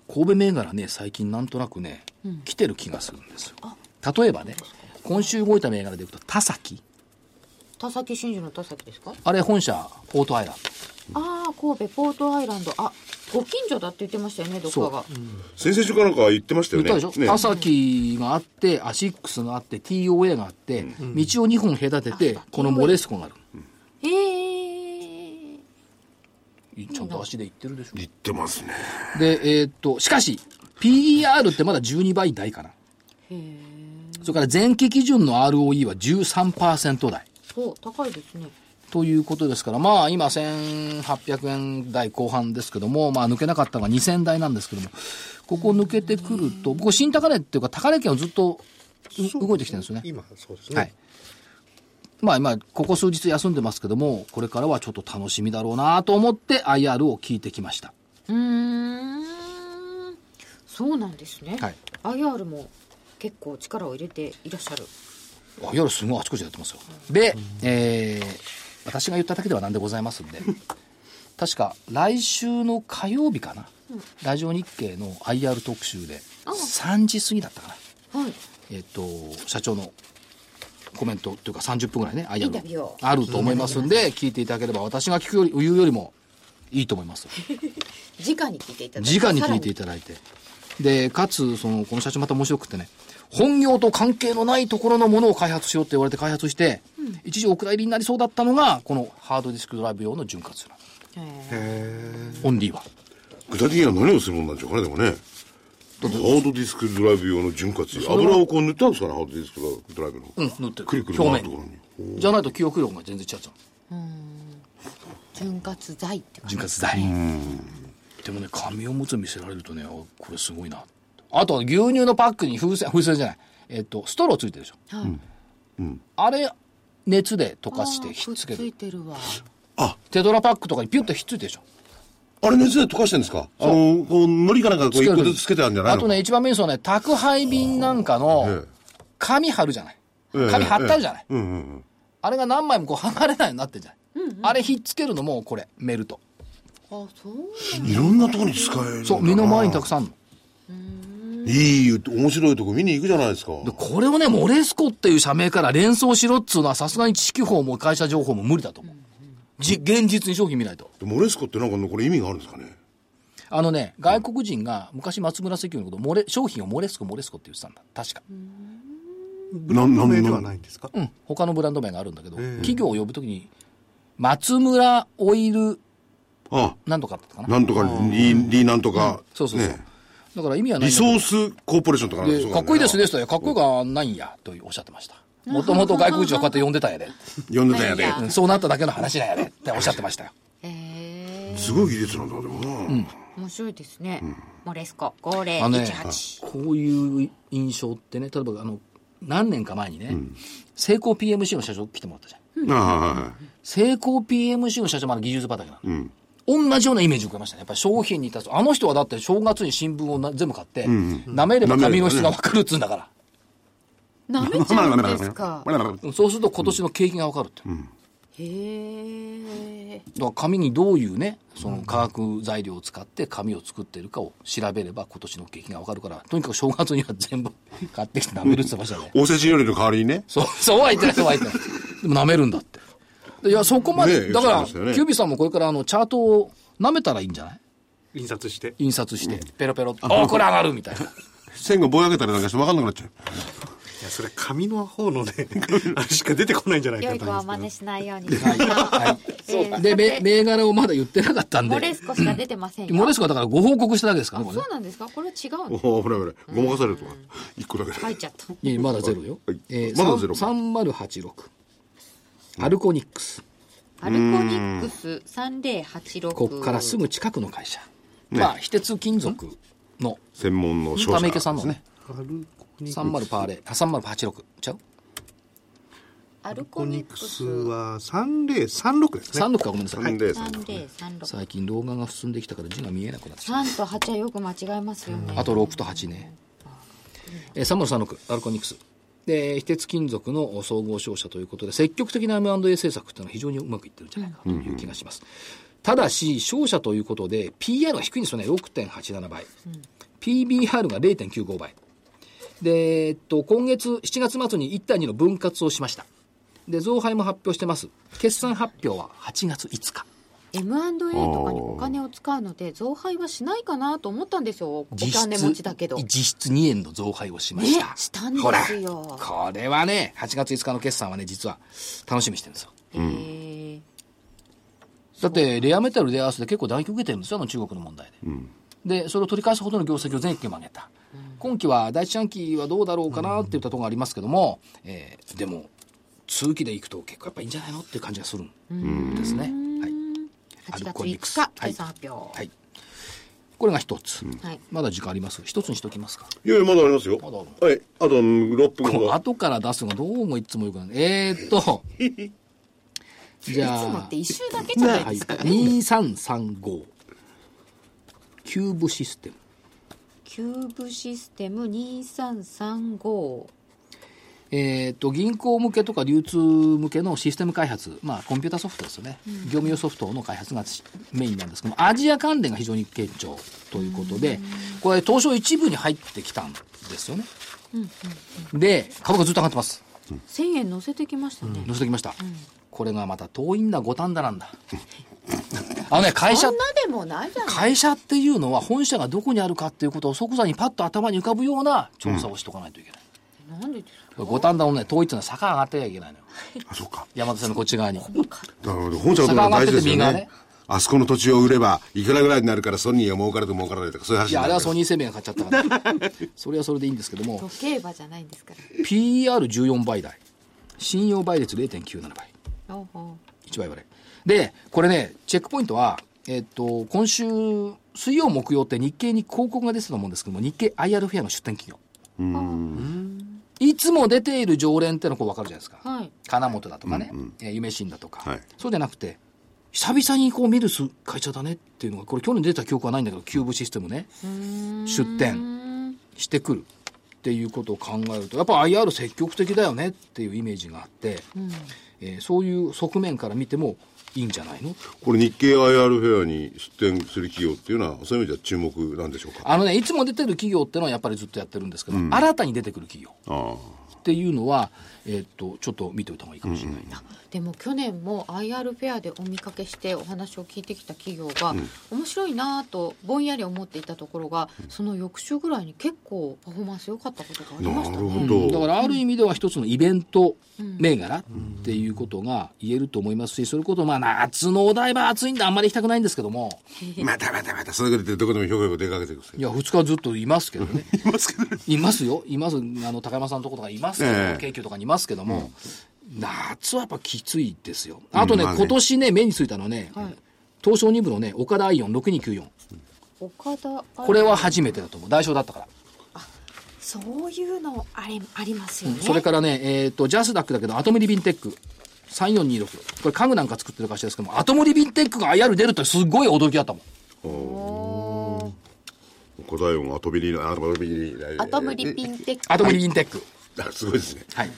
神戸銘柄ね、最近なんとなくね、来てる気がするんですよ。例えばね、今週動いた銘柄でいくと、田崎。
田崎真珠の田崎ですか
あれ本社、ポートアイラン
ああ、神戸ポートアイランド。あ、ご近所だって言ってましたよね、どっかが。
先々週かなんか言ってました
ド。
よ
言
ね。
ったでしょ、
ね
田崎があって、アシックスがあって、TOA があって、道を2本隔てて、このモレスコがある。
へえ。
ちゃんと足で行ってるでしょ。
言ってますね。
で、えーっと、しかし、PER ってまだ12倍台かな。それから前期基準の ROE は13%台。
そう、高いですね。
ということですから、まあ今1800円台後半ですけども、まあ抜けなかったのが2000台なんですけども、ここ抜けてくると、ここ新高値っていうか高値圏をずっとう動いてきてるんですよね。
今そうですね、
はい。まあ今、ここ数日休んでますけども、これからはちょっと楽しみだろうなと思って IR を聞いてきました。
うーん。そうなんですね。
はい
IR も結構力を入れていらっしゃる。
あ夜すごいあちこちでやってますよで、えー私が言っただけでは何でございますんで確か来週の火曜日かな、ラジオ日経の IR 特集で3時過ぎだったかな
はい。
えっ、と社長のコメントというか30分ぐらいね IR
ンタビューを
あると思いますんで聞いていただければ私が聞くより言うよりもいいと思います
直に聞いていただいて。
直に聞いてい
た
ただいて。で、かつ、その、この社長また面白くてね、本業と関係のないところのものを開発しようって言われて開発して、一時お蔵入りになりそうだったのが、このハードディスクドライブ用の潤滑油なんですオンリーは。
具体的には何をするもんなんでしょうかね、でもね。ハードディスクドライブ用の潤滑油。油をこう塗ったんですかね、ハードディスクドライブの。
うん、塗ってる。
くるくる回
表
るところ
面
に。
に。じゃないと記憶力が全然違っちゃう。
潤滑剤って感じ
潤滑剤。でもね、紙おむつ見せられるとね、あこれすごいな。あと、牛乳のパックに風船、風船じゃない。えっと、ストローついてるでしょ。
はい
あれ、熱で溶かしてひっつけ
くっつい
る。
てるわ
テドラパックとかにピュッとひっついてるでしょ。
あれ熱で溶かしてんですかあの、こう、糊かなんかこう一個ずつつけてあるんじゃない
あ
の
とね、一番目にそうね、宅配便なんかの
ええ、
紙貼るじゃない。
ええ
紙貼ってあるじゃない。
うんうんうん。
あれが何枚もこう離れないようになってるじゃない。あれひっつけるのも、これ、メルト。
あそう
いろんなところに使えるんだな。
そう、身の回りにたくさんあるの。
いい、面白いとこ見に行くじゃないですか。
で、これをね、モレスコっていう社名から連想しろっつうのは、さすがに知識法も会社情報も無理だと思う。じ、現実に商品見ないと。
モレスコってなんかこれ意味があるんですかね
あのね、外国人が昔松村石油のこと、モレ、商品をモレスコ、モレスコって言ってたんだ。確か。
なんなん
名ではないんですか、
うん。他のブランド名があるんだけど、企業を呼ぶときに、松村オイル
あ
なんとかだったかな。
なんとか、リ、リなんとか。
そうそうそう。
ね
だから意味はない
リ
んだ
ソ
けど
ースコーポレーションとかなん
で
そう
かっこいいですねっ
ね。
て言ったら、かっこよくはないんや、とおっしゃってました。もともと外国人はこうやって呼んでたんやで。
呼んでたんや
い
で
や。
うんそうなっただけの話なんやで、っておっしゃってましたよ。
え
すごい技術なんだ、でもな。
ー、面白いですね。モレスコ
あのね
5018。
こういう印象ってね、例えばあの、何年か前にね、成功 PMC の社長来てもらったじゃん。
ああはいはい。
成功 PMC の社長まだ技術畑なの。
うん。
同じようなイメージを受けましたね。やっぱり商品に対する。あの人はだって正月に新聞をな全部買って、舐めれば紙の質が分かるっつうんだから。
なめちゃうんで すか。
うんそうすると今年の景気が分かるって。
へえ。
だから紙にどういうね、その化学材料を使って紙を作ってるかを調べれば今年の景気が分かるから、とにかく正月には全部買ってきて舐めるって言ってましたね。
おせち料理の代わりにね。
そう、そうは言ってない、そうは言ってない。でも舐めるんだって。いや、そこまで、
ねえ
だから、
そうですよね
キュービーさんもこれからあの、チャートを舐めたらいいんじゃない
印刷して。
印刷して、ペロペロって、あ、これ上がるみたいな。
線がぼやけたりなんかして分かんなくなっちゃう。
いや、それ紙の方のね、あれしか出てこないんじゃない
良
か
い
と
子は
思
真
いま
似
す
しないように。はい。
で、
で、
め
め、
銘柄をまだ言ってなかったんで。
モレスコしか出てませんよ。
モレスコはだからご報告しただけですからね、これ
そ
ね
う。なんですかこれは違うの
おお、ほらほら。ごまかされるとか。一個だけだ。
入っちゃった。
いやまだゼロよ。
はい
えー、
まだゼロ
3086。アルコニックス。
アルコニックス3086。
こっからすぐ近くの会社。まあ、非鉄金属の、
専門の商
ため池
社
さんのね。
アルコニ
30パーレー、あ、3086。ちゃう
アルコ
コニ
ニッ
ク
ク
ス
ス
は3036ですね。
?36 かごめんなさい。
なんで
3036。
最近老眼が進んできたから字が見えなくなってきた
3と8はよく間違えますよね。
あと6と8ね、えー、3036アルコニクスで非鉄金属の総合商社ということで積極的な M&A 政策っていうのは非常にうまくいってるんじゃないかという気がします、ただし商社ということで PR が低いんですよね6.87倍、PBR が0.95倍で、えっと、今月7月末に1対2の分割をしましたで増配も発表してます決算発表は8月5日
M&A とかにお金を使うので増配はしないかなと思ったんですよお金持ちだけどね
実質2円の増配をしました、
したんですよ
これはね8月5日の決算はね実は楽しみにしてるんですよ
へー
だってレアメタルレアアースで結構打撃受けてるんですよあの中国の問題で、でそれを取り返すほどの業績を前期も上げた、今期は第一半期はどうだろうかなって言ったところがありますけども、えーでも通期でいくと結構やっぱいいんじゃないのっていう感じがするんですね、はい、ア
8
ル
月
コニクス
5日
はい
決算発表
はい、これが一つ、
はい
まだ時間あります一つにしときますか
いやいや、まだありますよ。
まだある
はい。あと6分
こ
ほ
の
ど。
後から出すのがどうもいつもよくない。えー、っと、じゃあ、
いつもって一周だけじゃないですか
はい2335。キューブシステム。
キューブシステム2335
えー、っと、銀行向けとか流通向けのシステム開発、まあ、コンピュータソフトですよね。業務用ソフトの開発がしメインなんですけども、アジア関連が非常に堅調ということで、これ、東証一部に入ってきたんですよね。で、株価ずっと上がってます。
1000円乗せてきましたね
載せてきました、これがまた遠いんだ五反田なんだ あのね会
そ
社
んなでもないじゃん
会社っていうのは本社がどこにあるかっていうことを即座にパッと頭に浮かぶような調査をしとかないといけない、
なんでですか
これ五反田のね遠いっていうのは坂上がってはいけないのよ
あ、そっか。
山手線のこっち側 に
だから本社のところが大事ですよ
下がってて右側
ね
ね。
あそこの土地を売れば、いくらぐらいになるからソニーが儲かると儲からないとか、そういう話
い
に
やあれ
なる
は
わ
ソ
け
ニー生命が買っちゃったから それはそれでいいんですけども
時計馬じゃないんですから
PR14 倍台信用倍率0.97倍
おうおう
一倍割れ。で、これね、チェックポイントは、えっと、今週、水曜、木曜って日経に広告が出てたと思うんですけども、日経 IR フェアの出店企業。いつも出ている常連ってのはこう分かるじゃないですか。
はい
金本だとかね、えー夢新だとか、
はい
そうじゃなくて、久々にこう見るす会社だねっていうのが、これ去年出た記憶はないんだけど、キューブシステムね、出店してくるっていうことを考えると、やっぱ IR 積極的だよねっていうイメージがあって、えーそういう側面から見てもいいんじゃないの
これ日経 IR フェアに出展する企業っていうのは、そういう意味では注目なんでしょうか。
あのね、いつも出てる企業ってのはやっぱりずっとやってるんですけど、新たに出てくる企業
ああ。
っっていうのは、えっと、ちょっと見ておいた方がいいかもしれないな。
でも去年も IR フェアでお見かけしてお話を聞いてきた企業が、面白いなぁとぼんやり思っていたところが、その翌週ぐらいに結構パフォーマンス良かったことがありました
なる
ね。
ほど。
だからある意味では一つのイベント銘柄っていうことが言えると思いますし、それこそまあ夏のお台場暑いんであんまり行きたくないんですけども、
またまたまた、それぐらいでどこでもひょこひょこ出かけてくくせ
い
に。
や、2日ずっといますけどね。
いますけどね。
いますよ。います。あの、高山さんのとことかいますけど、
ええ
京急とかにいますけども、夏はやっぱきついですよ。あとね、
まあね
今年ね、目についたのね、東証2部のね、岡田アイオン6294。
岡田
これは初めてだと思う。代償だったから。
そういうのあれありますよね、
それからね、えっ、と、ジャスダックだけど、アトムリビンテック。3426。これ家具なんか作ってる会社ですけども、アトムリビンテックが IR 出るってすごい驚きだったもん。
古代音、アトビリー、アトビリー。
アトムリピンテック。
アトムリビンテック。
あすごいですね。
はい。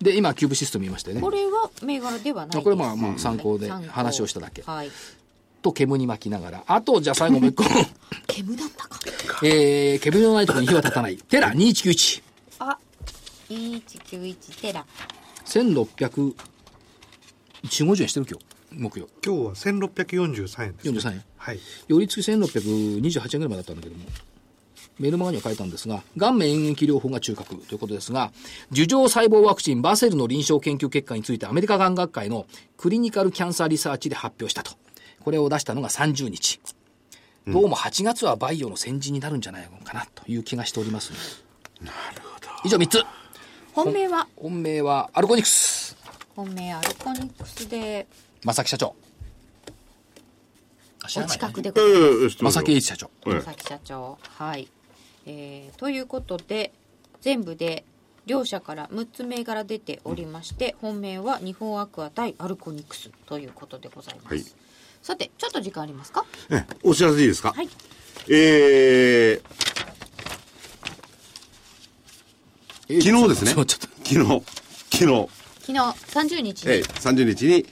で、今、キューブシステム見ましてね。
これは銘柄ではないです。
これまあまあ参考で
参考
話をしただけ
はい。
と、煙に巻きながら。あと、じゃあ最後もう一個。
煙だったか。
えー、煙のないところに火は立たない。テラ2191。
あ、191テラ。
1600、150円してる今日。木曜。
今日は千六百四十三円です、ね。
43円
はい。
寄り付き1628円ぐらいまでだったんだけども、メルマガには書いたんですが、顔面免疫療法が中核ということですが、樹状細胞ワクチンバセルの臨床研究結果についてアメリカがん学会のクリニカルキャンサーリサーチで発表したと。これを出したのが30日。どうも8月はバイオの先陣になるんじゃないのかなという気がしております、なるほど。以上3つ。
本命は
本命はアルコニクス。
本命アルコニックスで、
正木社長。あ知
お
らない
近く
ね。
でご
え
ざいます。
え、ええ知ってます
正
よ
木栄一社長。
え
佐々木社長。はい。えーということで、全部で、両社から6つ銘柄出ておりまして、本命は日本アクア対アルコニクスということでございます。
はい
さて、ちょっと時間ありますか
えええお知らせいいですか
はい。
えー昨日です
そ
ね。昨
うち
日
ょっと。、
昨日、
昨日30日に、
ええ、30日に、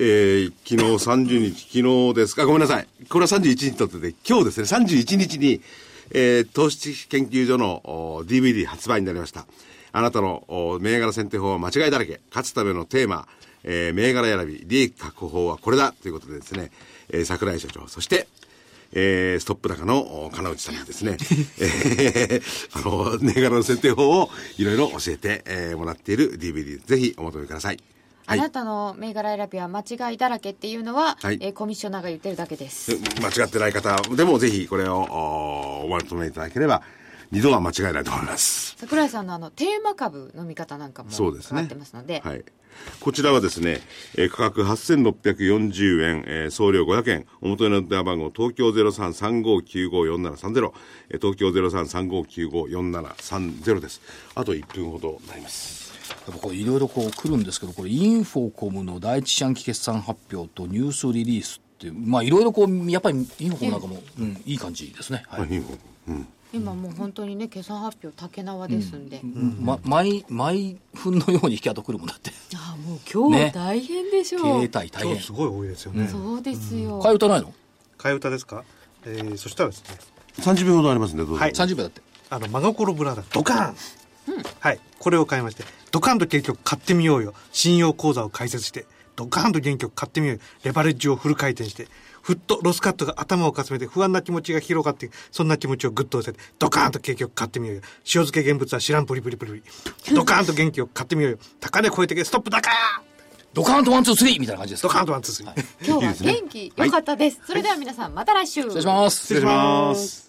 えー、昨日30日、昨日ですか、ごめんなさい。これは31日とってて、今日ですね、31日に、えー、投資知識研究所のお DVD 発売になりました。あなたのお銘柄選定法は間違いだらけ。勝つためのテーマ、えー、銘柄選び、利益確保法はこれだということでですね、えー、桜井社長、そして、えーストップ高のお金内さんにですね、えーあの、銘柄の選定法をいろいろ教えて、えーもらっている DVD、ぜひお求めください。は
あ
い。
なたの銘柄選びは間違いだらけっていうのは、
はい
えーコミッショナーが言ってるだけです。
間違ってない方でもぜひこれをおおまとめいただければ二度は間違いないと思います。
桜井さんのあのテーマ株の見方なんかも
そうです
伺っ
ね
てますので、
はい、こちらはですね、えー価格8640円、えー送料500円お求めの電話番号東京0335954730、えー東京0335954730ですあと1分ほどになります
やっぱこういろいろこう来るんですけど、これインフォコムの第一四半期決算発表とニュースリリースっていう、まあいろいろこう、やっぱりインフォコムなんかも、うん、いい感じですね。はい。
2分
今もう本当にね決算発表竹縄ですんで、
ま、毎、毎分のように引き跡来るもんだって。
ああもう今日は
ね
大変でしょう、
携帯大
今
変
日。すごい多いですよね。
そうですよ、
替え歌ないの
替え歌ですか。えー、そしたらですね。
30秒ほどありますんでどうぞ、
はい
?30 秒だって。
あの真心ブラザードカーン、はいこれを買いましてドカーンと原曲買ってみようよ信用口座を開設してドカーンと原曲買ってみようよレバレッジをフル回転してふっとロスカットが頭をかすめて不安な気持ちが広がっていくそんな気持ちをぐっと押せてドカーンと原曲買ってみようよ塩漬け現物は知らんプリプリプリプリドカーンと原曲買ってみようよ高値超えてけストップだか
ドカーンとワンツースリーみたいな感じです。
ドカーンとワンツースリー
はい
今日は元気良かったです、それでは皆さんまた来週、
失礼します。
失礼します